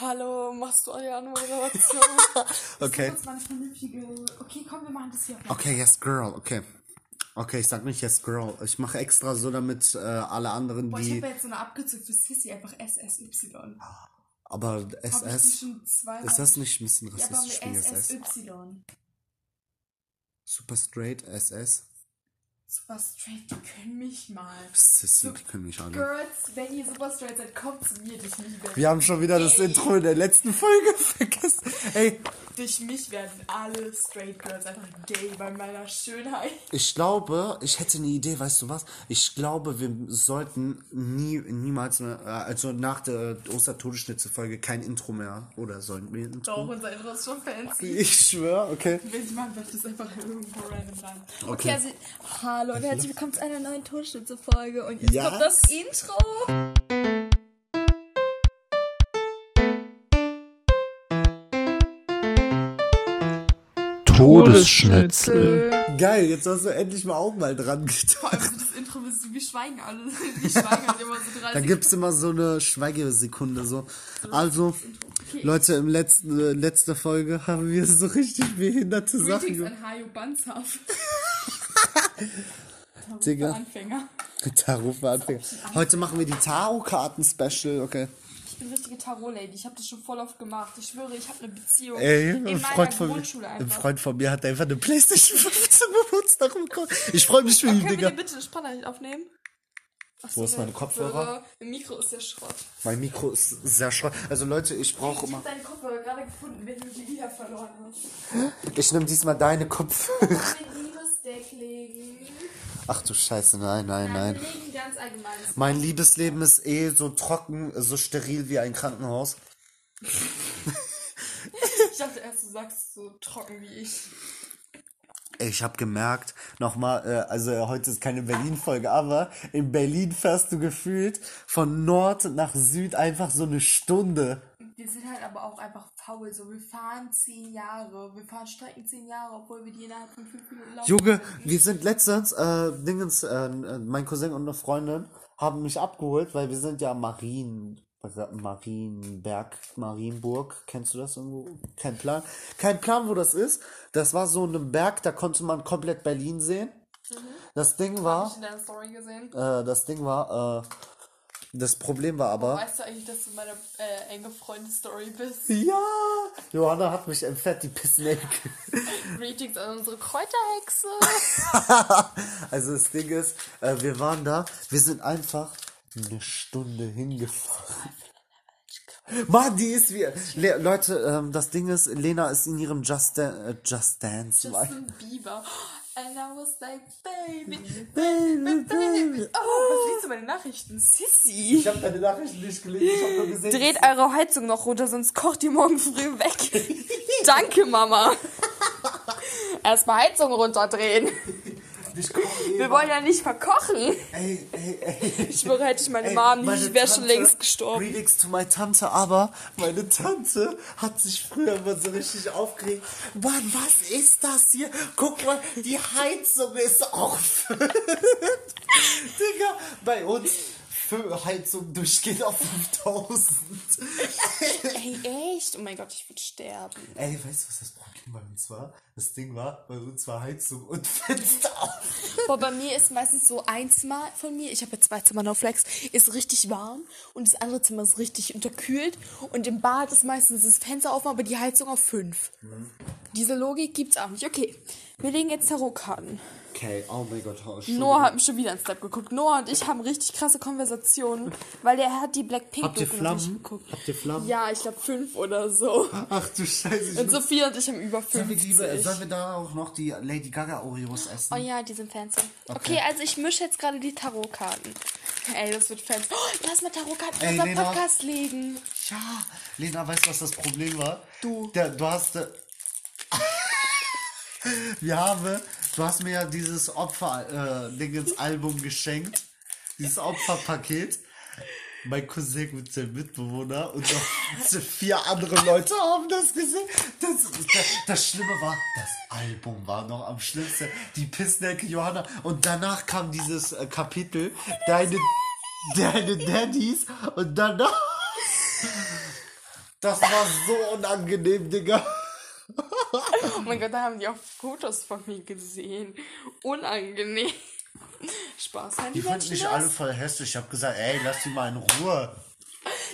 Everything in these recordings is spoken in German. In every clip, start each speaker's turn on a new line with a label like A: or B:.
A: Hallo, machst du eine Anmoderation?
B: Okay.
C: Das war eine vernünftige. Okay, komm, wir machen das hier.
B: Okay, yes girl, okay. Okay, ich sag nicht yes girl. Ich mache extra so, damit äh, alle anderen,
C: Boah, ich
B: die.
C: habe ja jetzt so eine Abkürzung für Sissy, einfach SSY. Hab
B: Aber
C: ich die
B: SS.
C: schon zweimal.
B: Ist das nicht ein bisschen
C: Ja, aber
B: rassistisch
C: mit
B: wegen SS?
C: SSY.
B: Super straight SS.
C: Super straight, die können mich mal.
B: Sissy, die können mich alle.
C: Girls, wenn ihr super straight seid, kommt zu mir, dich liebe.
B: Wir haben schon wieder das
C: Ey.
B: Intro in der letzten Folge vergessen. Ey,
C: Durch mich werden alle straight Girls einfach gay bei meiner Schönheit.
B: ich glaube, ich hätte eine Idee, weißt du was? Ich glaube, wir sollten nie, niemals, eine, äh, also nach der Ostertodesschnitze-Folge kein Intro mehr. Oder sollten wir ein Intro?
C: Doch, unser Intro ist schon fancy.
B: Ich schwöre, okay.
C: Wenn ich mal, werft es einfach irgendwo random rein.
A: okay, also. Hallo und herzlich willkommen zu einer neuen Todesschütze-Folge. Und jetzt
B: ne? Ja.
A: kommt das Intro.
C: Äh.
D: Todesschnitzel.
B: Geil, jetzt hast du endlich mal auch mal dran
C: Vor
B: getan.
C: allem Also, das Intro ist so, wir schweigen alle. Wir schweigen halt immer so 30
B: Da gibt's immer so eine Schweigesekunde so. Also, Leute, im letzten äh, letzte Folge haben wir so richtig behinderte Sachen
C: Greetings
B: gemacht.
C: an Hajo Banzhaf.
B: Digga.
C: Anfänger.
B: Tarot war Anfänger. Heute machen wir die Tarotkarten Special, okay.
C: Ich bin richtige Tarot-Lady. Ich habe das schon voll oft gemacht. Ich schwöre, ich habe eine Beziehung.
B: Ey,
C: in
B: ein
C: meiner
B: Freund, von
C: Grundschule
B: mir, ein
C: einfach.
B: Freund von mir hat einfach eine Playstation 5 zum Geburtstag bekommen. Ich freue mich für ihn,
C: Können wir
B: Digga.
C: dir bitte eine Sprachnachricht aufnehmen? Ach
B: Wo
C: so,
B: ist meine
C: der
B: Kopfhörer?
C: Im Mikro ist der Schrott.
B: Mein Mikro ist sehr schrott. Also Leute, ich brauche
C: Ich
B: immer.
C: habe deine Kopfhörer gerade gefunden, wenn du die wieder verloren hast.
B: Ich nehme diesmal deine Kopf.
C: Mein Liebesdeck legen.
B: Ach du Scheiße, nein, nein, nein.
C: Wir legen ganz allgemein.
B: Mein Liebesleben ist eh so trocken, so steril wie ein Krankenhaus.
C: Ich dachte erst, du sagst so trocken wie ich.
B: Ich habe gemerkt, nochmal, äh, also äh, heute ist keine Berlin-Folge, aber in Berlin fährst du gefühlt von Nord nach Süd einfach so eine Stunde.
C: Wir sind halt aber auch einfach faul. So, wir fahren zehn Jahre. Wir fahren Strecken zehn Jahre, obwohl wir die innerhalb von fünf Minuten laufen.
B: Junge, wir sind letztens, äh, Dingens, äh, äh, mein Cousin und eine Freundin haben mich abgeholt, weil wir sind ja Marien, Marienberg, Marienburg, kennst du das irgendwo? Kein Plan. Kein Plan, wo das ist. Das war so ein Berg, da konnte man komplett Berlin sehen. Das Ding war,
C: Hab ich in deiner Story gesehen.
B: äh, das Ding war, äh, das Problem war aber,
C: Weißt du eigentlich, dass du meine äh, enge Freundin-Story bist?
B: ja, Johanna hat mich entfernt, die Pissnecke.
C: Greetings an unsere Kräuterhexe.
B: Also das Ding ist, äh, wir waren da, wir sind einfach eine Stunde hingefahren. Mann, die ist wie. Le Leute, ähm, das Ding ist, Lena ist in ihrem Just, Dan äh, Just Dance. Live.
C: Justin Bieber. And I was like, baby.
B: Baby, baby.
C: Oh, was liest du meine Nachrichten? Sissy.
B: Ich habe deine Nachrichten nicht gelesen, ich habe nur gesehen.
A: Dreht eure Heizung noch runter, sonst kocht ihr morgen früh weg. Danke, Mama. Erstmal Heizung runterdrehen.
B: Ich koche eh
A: Wir wollen ja nicht verkochen.
B: Ey, ey, ey.
A: Ich schwöre, hätte ich meine Mom nicht, ich wäre schon längst gestorben.
B: Greetings to my Tante, aber meine Tante hat sich früher immer so richtig aufgeregt. Mann, was ist das hier? Guck mal, die Heizung ist auf. Digga, bei uns für Heizung durchgeht auf 5000.
A: Ey, echt? Oh mein Gott, ich würde sterben.
B: Ey, weißt du, was das Problem bei uns war? Das Ding war, bei uns war Heizung und Fenster auf.
A: Boah, bei mir ist meistens so ein Zimmer von mir, ich habe ja zwei Zimmer, no flex, ist richtig warm und das andere Zimmer ist richtig unterkühlt und im Bad ist meistens das Fenster offen, aber die Heizung auf fünf. Diese Logik gibt's auch nicht. Okay, wir legen jetzt Tarotkarten.
B: Okay, oh mein Gott, oh,
A: Noah hat mich schon wieder ins Step geguckt. Noah und ich haben richtig krasse Konversationen, weil der
B: Habt
A: hat die
B: ihr
A: Blackpink-Doku noch nicht
B: Flammen?
A: geguckt.
B: Habt ihr Flammen?
A: Ja, ich glaube fünf oder so.
B: Ach du Scheiße, ich
A: Und Sophia und ich haben über
B: Sollen wir, lieber,
A: 50.
B: sollen wir da auch noch die Lady Gaga Oreos essen?
A: Oh ja, die sind fancy. Okay, also ich mische jetzt gerade die Tarotkarten. Ey, das wird fancy. Oh, lass mal Tarotkarten in
B: Ey,
A: unseren
B: Lena.
A: Podcast legen.
B: Ja, Lena, weißt du, was das Problem war?
A: Du.
B: Der, du hast. äh, wir haben. Du hast mir ja dieses äh, Opfer-Dingens-Album geschenkt. Dieses Opferpaket. Mein Cousin mit seinem Mitbewohner und noch vier andere Leute haben das gesehen. Das, das, das Schlimme war, das Album war noch am schlimmsten. Die Pissnecke Johanna. Und danach kam dieses äh, Kapitel, deine, deine Daddies. Und danach Das war so unangenehm, Digga.
A: Oh mein Gott, da haben die auch Fotos von mir gesehen. Unangenehm. Spaß haben
B: Die finden mich
A: das.
B: alle voll hässlich. Ich hab gesagt, ey, lass die mal in Ruhe.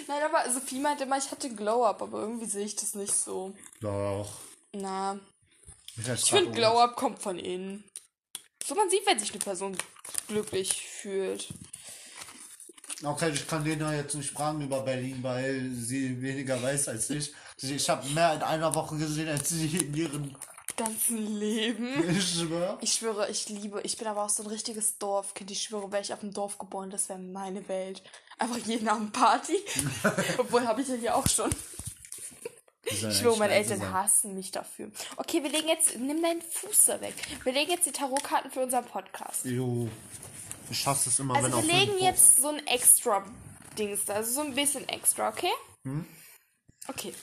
A: Nein, aber Sophie meinte immer, ich hatte Glow-Up, aber irgendwie sehe ich das nicht so.
B: Doch.
A: Na,
B: Ich, ich
A: ich finde, Glow-Up kommt von innen. So man sieht, wenn sich eine Person glücklich fühlt.
B: Okay, ich kann Lena jetzt nicht fragen über Berlin, weil sie weniger weiß als ich. Ich habe mehr in einer Woche gesehen als sie in ihren
A: Ganzen Leben.
B: Schwör.
A: Ich schwöre, ich liebe, ich bin aber auch so ein richtiges Dorfkind. Ich schwöre, wäre ich auf dem Dorf geboren, das wäre meine Welt. Einfach jeden Abend Party. Obwohl, habe ich ja hier auch schon. Ich schwöre, meine Eltern hassen mich dafür. Okay, wir legen jetzt, nimm deinen Fuß da weg. Wir legen jetzt die Tarotkarten für unseren Podcast.
B: Jo. Ich hasse es immer,
A: Also
B: wenn
A: wir
B: auf fünf
A: legen
B: hoch-
A: jetzt so ein extra Dings da, also so ein bisschen extra, okay? Hm? Okay.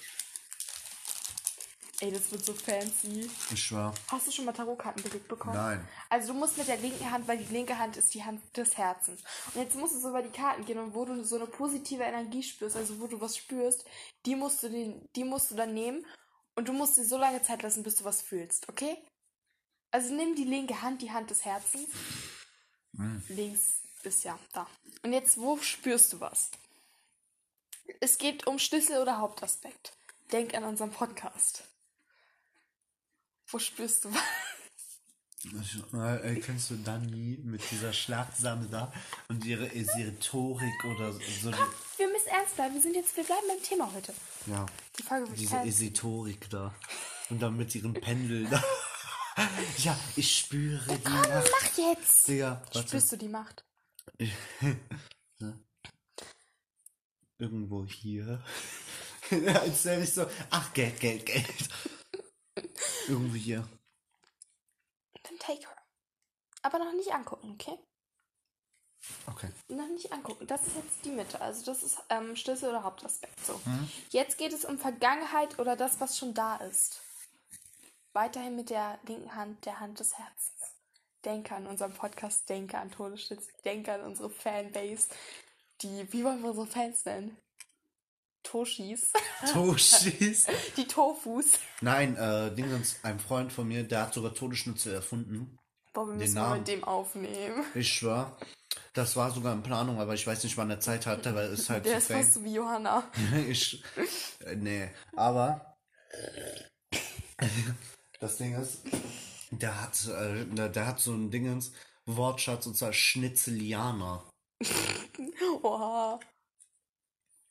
A: Ey, das wird so fancy.
B: Ich schwör.
A: Hast du schon mal Tarotkarten gelegt bekommen?
B: Nein.
A: Also du musst mit der linken Hand, weil die linke Hand ist die Hand des Herzens. Und jetzt musst du so über die Karten gehen und wo du so eine positive Energie spürst, also wo du was spürst, die musst du, den, die musst du dann nehmen und du musst sie so lange Zeit lassen, bis du was fühlst, okay? Also nimm die linke Hand, die Hand des Herzens. Links ist ja da. Und jetzt, wo spürst du was? Es geht um Schlüssel oder Hauptaspekt. Denk an unseren Podcast. Wo spürst du was?
B: Ich, äh, äh, kennst du Dani mit dieser Schlagsame da und ihre, ihre Rhetorik oder so?
A: Komm, wir müssen ernst bleiben. Wir sind jetzt, wir bleiben beim Thema heute.
B: Ja.
A: Die Folge wird
B: Diese
A: fertig.
B: Esitorik da. Und dann mit ihrem Pendel da. ja, ich spüre die Nacht.
A: Mach jetzt!
B: Digga, warte.
A: Spürst du die Macht?
B: Irgendwo hier. Als wäre ich so, ach, Geld, Geld, Geld. Irgendwo hier.
A: Dann take her. Aber noch nicht angucken, okay?
B: Okay.
A: Noch nicht angucken. Das ist jetzt die Mitte. Also das ist ähm, Schlüssel oder Hauptaspekt. So. Jetzt geht es um Vergangenheit oder das, was schon da ist. Weiterhin mit der linken Hand, der Hand des Herzens. Denke an unseren Podcast, denke an Todesschütz, denke an unsere Fanbase. Die, wie wollen wir unsere Fans nennen? Toshis.
B: Toshis.
A: Die Tofus.
B: Nein, äh, Dingens, ein Freund von mir, der hat sogar Todesschnitzel erfunden.
A: Boah, wir müssen mal
B: Namen.
A: mit dem aufnehmen.
B: Ich schwör. Das war sogar in Planung, aber ich weiß nicht, wann er Zeit hatte, weil es ist halt
A: Der
B: so
A: ist
B: fake.
A: fast so wie Johanna.
B: ich. Äh, nee, aber. Das Ding ist, der hat, äh, der, der hat so ein Dingens Wortschatz und zwar Schnitzelianer.
A: Oha.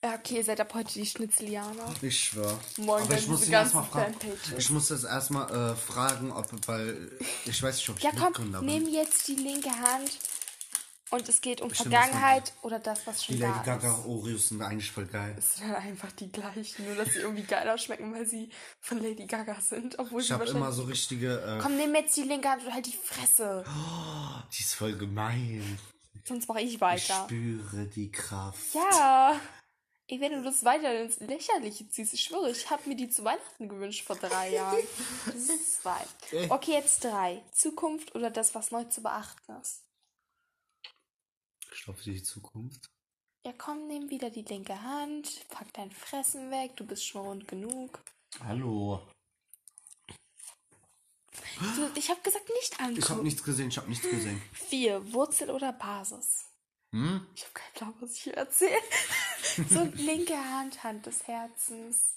A: Ja, okay, ihr seid ab heute die Schnitzelianer.
B: Ich schwör. Aber
A: Morgen
B: ich
A: werden
B: muss
A: diese
B: ihn erstmal
A: ganzen
B: fragen.
A: Fanpages.
B: Ich muss das erstmal äh, fragen, ob, weil ich weiß nicht, ob ich
A: Ja, komm,
B: Mitgründer
A: nimm jetzt die linke Hand. Und es geht um
B: Ich nehm das
A: Vergangenheit oder das, was
B: Die
A: schon da
B: Lady Gaga
A: ist.
B: Oreos sind eigentlich voll geil.
A: Das sind halt einfach die gleichen, nur dass sie irgendwie geiler schmecken, weil sie von Lady Gaga sind. Obwohl
B: Ich
A: sie
B: habe
A: wahrscheinlich.
B: immer so richtige. Äh,
A: Komm, nimm jetzt die linke Hand und halt die Fresse.
B: die ist voll gemein.
A: Sonst mache ich
B: Ich
A: weiter.
B: spüre die Kraft.
A: Ja. Ey, wenn du das weiter ins Lächerliche ziehst, ich schwöre, ich habe mir die zu Weihnachten gewünscht vor drei Jahren. Das ist zwei. Okay, jetzt drei. Zukunft oder das, was neu zu beachten ist.
B: Ich glaube, für die Zukunft.
A: Ja, komm, nimm wieder die linke Hand, pack dein Fressen weg, du bist schon rund genug.
B: Hallo.
A: Du, ich habe gesagt, nicht
B: Ich habe
A: angucken.
B: nichts gesehen, ich habe nichts gesehen.
A: Vier. Wurzel oder Basis?
B: Hm?
A: Ich habe keinen Plan, was ich hier erzähle. so, linke Hand, Hand des Herzens.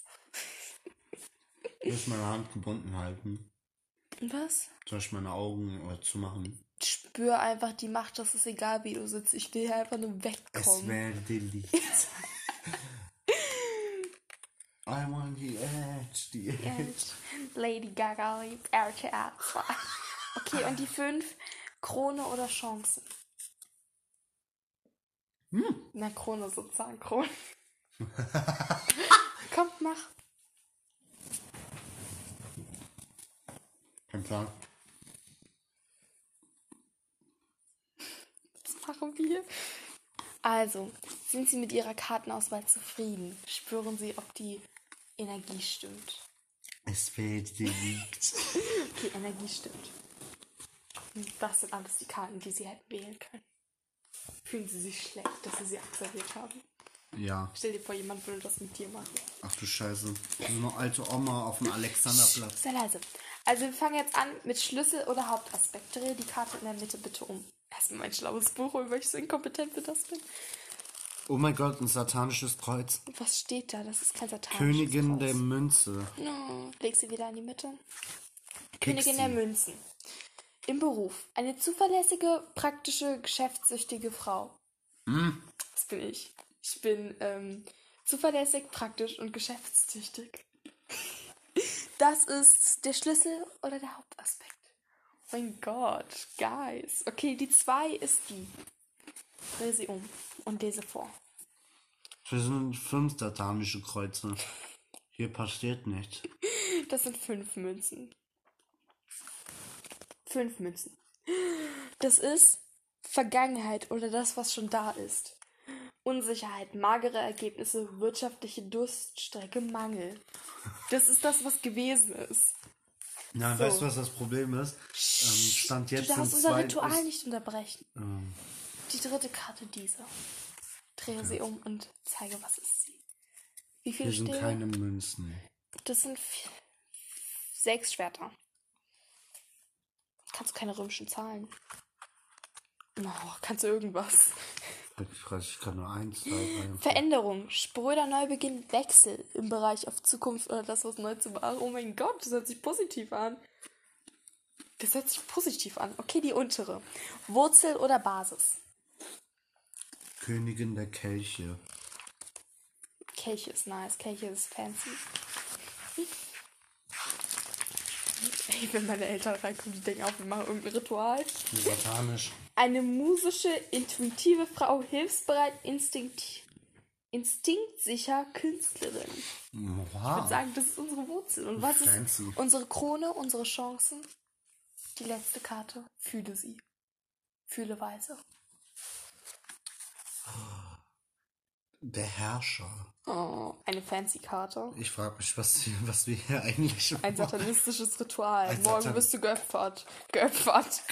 B: Ich muss meine Hand gebunden halten.
A: Was?
B: Soll ich meine Augen äh, zumachen?
A: Spür einfach die Macht, das ist egal, wie du sitzt. Ich will hier einfach nur
B: Es
A: wegkommen.
B: werde Licht. I'm on the edge, the edge.
A: Lady Gaga liebt RTR 2. Okay, und die fünf. Krone oder Chance? Na, Krone sozusagen. Krone. Komm, mach.
B: Kein Plan.
A: Was machen wir? um Also, sind Sie mit Ihrer Kartenauswahl zufrieden? Spüren Sie, ob die Energie stimmt?
B: Es werde Licht.
A: Die Energie stimmt. Hm, Das sind alles die Karten, die Sie hätten wählen können. Fühlen Sie sich schlecht, dass Sie sie absolviert haben?
B: Ja.
A: Stell dir vor, jemand würde das mit dir machen.
B: Ach du Scheiße. So eine alte Oma auf dem Alexanderplatz.
A: Sei leise. Also wir fangen jetzt an mit Schlüssel oder Hauptaspekt. Drehe die Karte in der Mitte bitte um. Erstmal mein schlaues Buch holen, weil ich so inkompetent für das bin.
B: Oh mein Gott, ein satanisches Kreuz.
A: Was steht da? Das ist kein Satan.
B: Königin der Münze.
A: No. Leg sie wieder in die Mitte.
B: Kick
A: Königin der
B: sie.
A: Münzen. Im Beruf. Eine zuverlässige, praktische, geschäftssüchtige Frau. Das bin ich. Ich bin ähm, zuverlässig, praktisch und geschäftstüchtig. Das ist der Schlüssel oder der Hauptaspekt. Mein Gott, guys. Okay, die zwei ist die. Dreh sie um und lese vor.
B: Das sind fünf satanische Kreuze. Hier passiert nichts.
A: Das sind fünf Münzen. Fünf Münzen. Das ist Vergangenheit oder das, was schon da ist. Unsicherheit, magere Ergebnisse, wirtschaftliche Durststrecke, Mangel. Das ist das, was gewesen ist.
B: Nein,
A: So.
B: weißt du, was das Problem ist? Ähm, stand jetzt
A: du darfst
B: sind
A: unser
B: zwei-
A: Ritual
B: ist-
A: nicht unterbrechen.
B: Ähm,
A: Die dritte Karte diese. Drehe sie um und zeige, was ist sie. Wie viele
B: hier sind
A: stehen?
B: keine Münzen.
A: Das sind vi- sechs Schwerter. Kannst du keine römischen Zahlen? No, kannst du irgendwas?
B: Ich weiß, ich kann nur eins sagen.
A: Veränderung, spröder Neubeginn, Wechsel im Bereich auf Zukunft oder das, was neu zu beachten. Oh mein Gott, das hört sich positiv an. Das hört sich positiv an. Okay, die untere. Wurzel oder Basis?
B: Königin der Kelche.
A: Kelche ist nice, Kelche ist fancy. Hm. Ey, wenn meine Eltern reinkommen, die denken auch, wir machen irgendein Ritual.
B: Satanisch.
A: Eine musische, intuitive Frau, hilfsbereit, instinkt, instinktsicher, Künstlerin. Ich würde
B: Wow.
A: sagen, das ist unsere Wurzel. Und was ist
B: Fancy.
A: unsere Krone, unsere Chancen? Die letzte Karte. Fühle sie. Fühle weise.
B: Der Herrscher.
A: Oh, eine fancy Karte.
B: Ich frage mich, was, hier- was wir hier eigentlich
A: Ein
B: machen.
A: satanistisches Ritual.
B: Ein
A: Morgen
B: Satan-
A: bist du geopfert. Geopfert.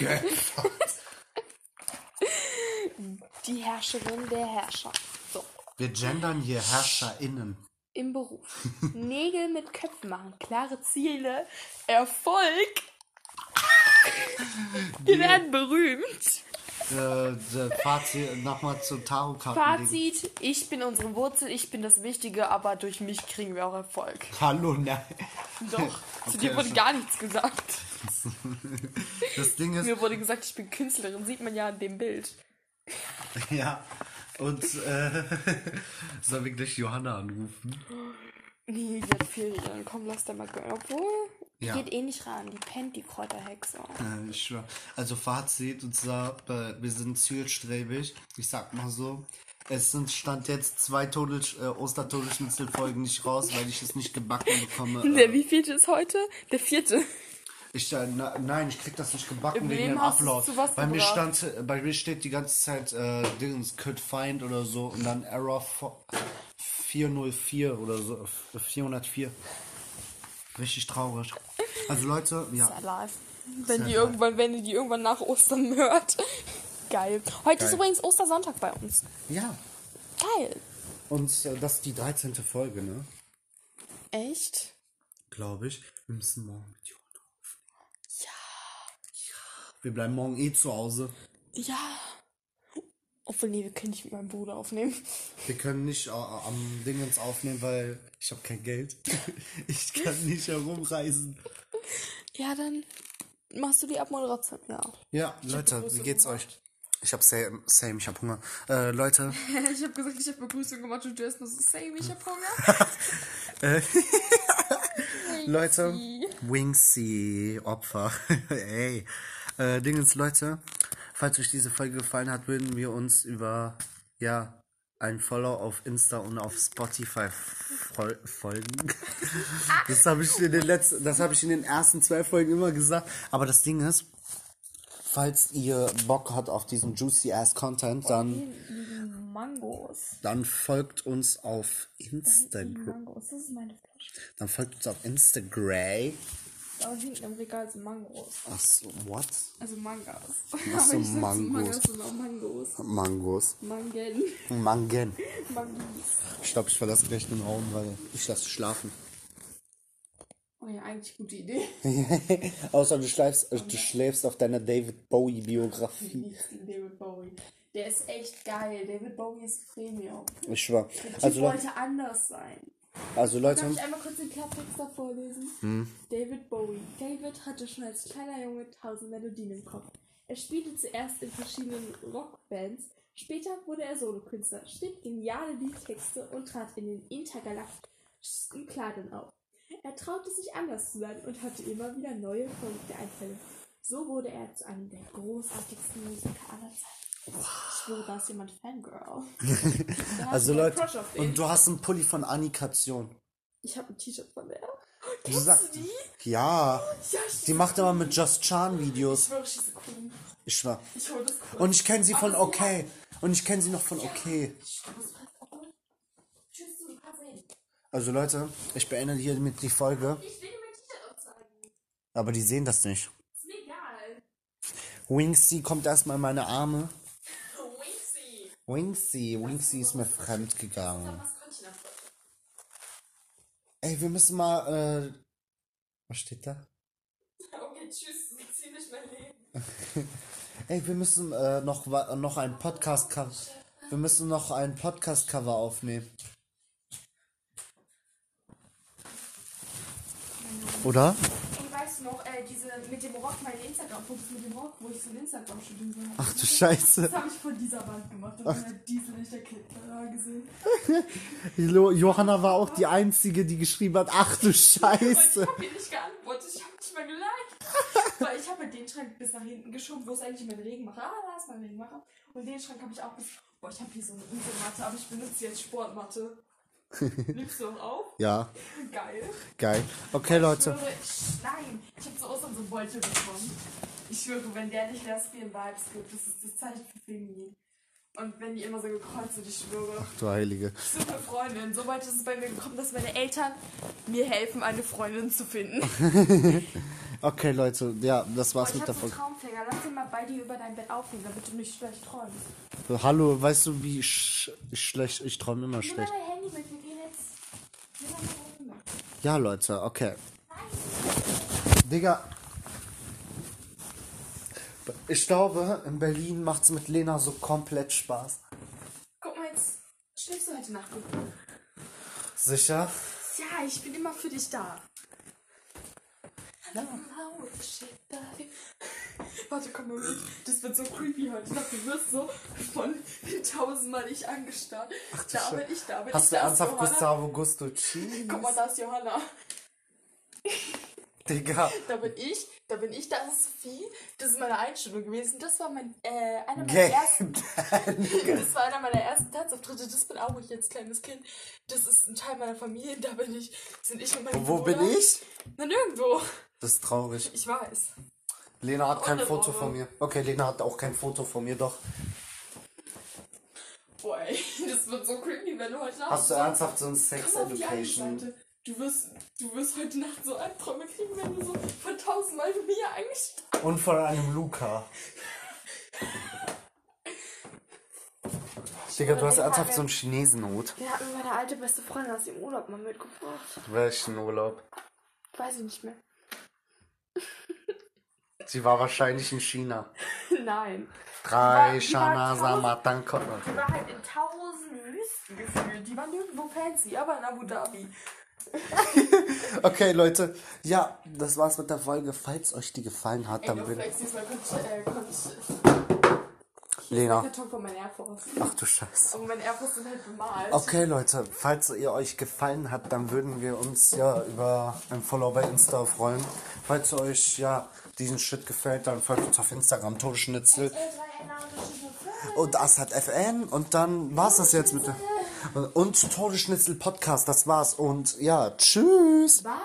A: Die Herrscherin der Herrscher. So.
B: Wir gendern hier HerrscherInnen.
A: im Beruf. Nägel mit Köpfen machen, klare Ziele, Erfolg. Wir werden berühmt.
B: Äh, der Fazit nochmal zu Tarotkarten. legen.
A: Fazit, ich bin unsere Wurzel, ich bin das Wichtige, aber durch mich kriegen wir auch Erfolg.
B: Hallo, nein.
A: Doch, zu
B: Okay, also-
A: dir wurde
B: das-
A: gar nichts gesagt.
B: Das Ding ist,
A: Mir wurde gesagt, ich bin Künstlerin, sieht man ja an dem Bild.
B: ja. Und, äh, sollen wir gleich Johanna anrufen?
A: Nee, die hat Ferien. Komm, lass da mal gehen. Obwohl,
B: Ja.
A: geht eh nicht ran. Die pennt, die Kräuterhexe.
B: Äh, Ich schwör. Also Fazit, und zwar, äh, wir sind zielstrebig. Ich sag mal so. Es sind stand jetzt zwei Todel äh, Ostertodelschnitzelfolgen nicht raus, weil ich es nicht gebacken bekomme.
A: Der
B: Äh,
A: wievielte ist heute? Der vierte.
B: ich, äh, na, nein, ich krieg das nicht gebacken
A: Im
B: wegen
A: Leben
B: dem
A: hast du's
B: Upload.
A: zu was
B: Bei mir
A: gebracht.
B: stand, äh, bei mir steht die ganze Zeit äh, Dings could find oder so und dann Error fo- 404 oder so 404. Richtig traurig. Also Leute, ja.
A: Ist alive. Wenn die
B: alive.
A: irgendwann, wenn ihr die irgendwann nach Ostern hört. Geil. Heute ist
B: Geil.
A: übrigens Ostersonntag bei uns.
B: Ja.
A: Geil.
B: Und äh, das ist die 13. Folge, ne?
A: Echt?
B: glaube ich. Wir müssen morgen mit Johanna aufnehmen. Ja. Ja. Wir bleiben morgen eh zu Hause.
A: Ja. Obwohl, nee, wir können nicht mit meinem Bruder aufnehmen.
B: Wir können nicht äh, am Dingens aufnehmen, weil ich habe kein Geld. ich kann nicht herumreisen.
A: Ja, dann machst du die Abmoderation. Ja.
B: Ja, Leute, wie geht's euch? Ich hab same, same ich hab Hunger. Äh, Leute,
C: Ich habe gesagt, ich habe Begrüßung gemacht und du hast nur so, same, ich habe Hunger.
B: Leute, Wingsy, Opfer. Ey. Äh, Dingens, Leute, falls euch diese Folge gefallen hat, würden wir uns über, ja, ein Follow auf Insta und auf Spotify fol folgen. Das habe ich in den letzten, das habe ich in den ersten zwei Folgen immer gesagt. Aber das Ding ist, falls ihr Bock habt auf diesen juicy ass Content, dann,
C: Mangos.
B: dann folgt uns auf Instagram.
C: Mangos, das ist meine Flasche.
B: Dann folgt uns auf Instagram.
A: Aber hinten im Regal sind Mangos.
B: Ach so, what?
A: Also Mangas.
B: Was
A: Aber
B: sind
A: ich sag's
B: Mangos?
A: Mangas, sondern Genau, Mangos.
B: Mangos.
A: Mangen.
B: Mangen.
A: Mangis.
B: Ich glaube, ich verlasse gleich den Raum, weil ich lasse schlafen.
A: Oh ja, eigentlich gute Idee.
B: Außer du schläfst, äh, du schläfst auf deiner David
A: Ich
B: Bowie-Biografie.
A: lieb's den David Bowie. Der ist echt geil. David Bowie ist Premium.
B: Ich schwör.
A: Ich
B: Also, Leute,
A: wollte anders sein.
B: also
A: Darf
B: Leute,
A: ich einmal kurz den Klapptext da vorlesen?
B: Hm.
A: David Bowie. David hatte schon als kleiner Junge tausend Melodien im Kopf. Er spielte zuerst in verschiedenen Rockbands, später wurde er Solokünstler, schrieb geniale Liedtexte und trat in den intergalaktischen Kleidern auf. Er traute sich anders zu sein und hatte immer wieder neue, verrückte Einfälle. So wurde er zu einem der großartigsten Musiker aller Zeiten. Ich schwöre, da ist jemand Fangirl. Da hast
B: also
A: du einen
B: Leute,
A: Crush auf den.
B: und du hast einen Pulli von Annikation.
A: Ich habe ein T-Shirt von der.
B: Du sagst, ja,
A: Ja, ich
B: die macht immer mit Just Chan Videos.
A: schwöre, ich schieße Kunden.
B: Ich schwör.
A: Ich hole das kurz.
B: Und ich kenne sie von
A: Aber sie
B: Okay. Und ich kenne sie noch von Okay.
A: Tschüss, du kannst sehen.
B: Also Leute, ich beende hier mit die Folge.
A: Ich will dir mein T-Shirt aufsagen.
B: Aber die sehen das nicht.
A: Ist mir egal.
B: Wingsy kommt erstmal in meine Arme.
A: Winxy.
B: Wingsy, Wingsy ist mir fremd gegangen.
A: Was konnte ich noch?
B: Ey, wir müssen mal, äh, was steht da?
A: Okay, tschüss, du kannst hier nicht mehr leben.
B: Ey, wir müssen äh, noch, wa- noch ein Podcast-Cover. Wir müssen noch ein Podcast-Cover aufnehmen. Oder?
A: Und weißt du noch, äh, diese mit dem Rock, meine Instagram-Fotos mit dem Rock, wo ich so ein Instagram-Studio habe.
B: Ach du Scheiße.
A: Das habe ich von dieser Wand gemacht. Das hat der Diesel nicht der Kinder gesehen.
B: Jo Johanna war auch die Einzige, die geschrieben hat, ach du
A: Und ich
B: Scheiße.
A: habe ihn nicht geantwortet, ich habe nicht mal geliked. Weil ich habe den Schrank bis nach hinten geschoben, wo ist eigentlich mein Regenmacher? Ah, da ist mein Regenmacher. Und den Schrank habe ich auch bis. Boah, ich habe hier so eine Inselmatte, aber ich benutze jetzt Sportmatte. Nimmst du noch auf?
B: Ja,
A: Geil.
B: geil. Okay,
A: Ich
B: Leute.
A: schwöre, ich, nein, ich habe so aus unserem Beutel bekommen. Ich schwöre, wenn der nicht lesbian Vibes gibt, das ist das Zeichen für Feminin. Und wenn die immer so gekreuzt sind, ich schwöre.
B: Du Heilige.
A: Super Freundin. So weit ist es bei mir gekommen, dass meine Eltern mir helfen, eine Freundin zu finden.
B: Okay, Leute. Ja, das
A: Boah,
B: war's
A: Oh, ich
B: mit der
A: hab so einen
B: Folge.
A: Traumfänger. Lass ihn mal bei dir über dein Bett aufnehmen, damit du nicht schlecht träumst.
B: Hallo, weißt du, wie sch schlecht. Ich träume immer
A: Nimm
B: schlecht.
A: mal dein Handy mit, wir gehen jetzt. Nimm mal dein Handy mit.
B: Ja, Leute, okay. Digga. Ich glaube, in Berlin macht's mit Lena so komplett Spaß.
A: Guck mal, jetzt schläfst du heute Nacht gut.
B: Sicher?
A: Ja, ich bin immer für dich da.
B: Ja.
A: Warte, komm mal mit. Das wird so creepy heute. Ich glaub, du wirst so von tausendmal ich angestarrt. da bin ich, da bin ich.
B: Hast du
A: da ist
B: ernsthaft
A: Johanna.
B: Gustavo Gustucci?
A: Guck mal, da ist Johanna.
B: Digga.
A: Da bin ich, da bin ich, da ist Sophie. Das ist meine Einstellung gewesen. Das war mein, äh, einer meiner
B: Gay.
A: ersten. das war einer meiner ersten Tanzauftritte. Das bin auch ich jetzt kleines Kind. Das ist ein Teil meiner Familie. Da bin ich, das sind ich und mein
B: Und wo
A: Bruder.
B: bin ich?
A: Na, nirgendwo.
B: Das ist traurig.
A: Ich weiß.
B: Lena hat kein
A: Ohne
B: Foto
A: Rolle.
B: von mir. Okay, Lena hat auch kein Foto von mir, doch.
A: Boah, ey, das wird so creepy, wenn du heute Nacht.
B: Hast du ernsthaft so ein Sex
A: Komm auf die andere
B: Education?
A: Seite. Du wirst, du wirst heute Nacht so Albträume kriegen, wenn du so von tausendmal mir angestarrt
B: Und von einem Luca. Digga, du hast ernsthaft so einen Chinesenhut.
A: Der hat mir meine alte beste Freundin aus dem Urlaub mal mitgebracht.
B: Welchen Urlaub?
A: Weiß ich nicht mehr.
B: Sie war wahrscheinlich in China.
A: Nein.
B: Drei
A: Die war- die war
B: Shana
A: tausend-
B: Samatanko.
A: Die war halt in tausend Wüsten gefühlt. Die war nirgendwo fancy, aber in Abu Dhabi.
B: Okay, Leute. Ja, das war's mit der Folge. Falls euch die gefallen hat, dann bin
A: Flex, diesmal kommt, äh, kommt
B: Lena.
A: Karton mein Air Force.
B: Ach du Scheiße.
A: Und mein Air Force sind halt bemalt.
B: Okay, Leute. Falls ihr euch gefallen hat, dann würden wir uns ja über ein Follow bei Insta freuen. Falls euch ja diesen Shit gefällt, dann folgt uns auf Instagram Todeschnitzel und Assad FN und dann war's das jetzt mit der- und Todeschnitzel Podcast. Das war's und ja, tschüss.
A: Bye.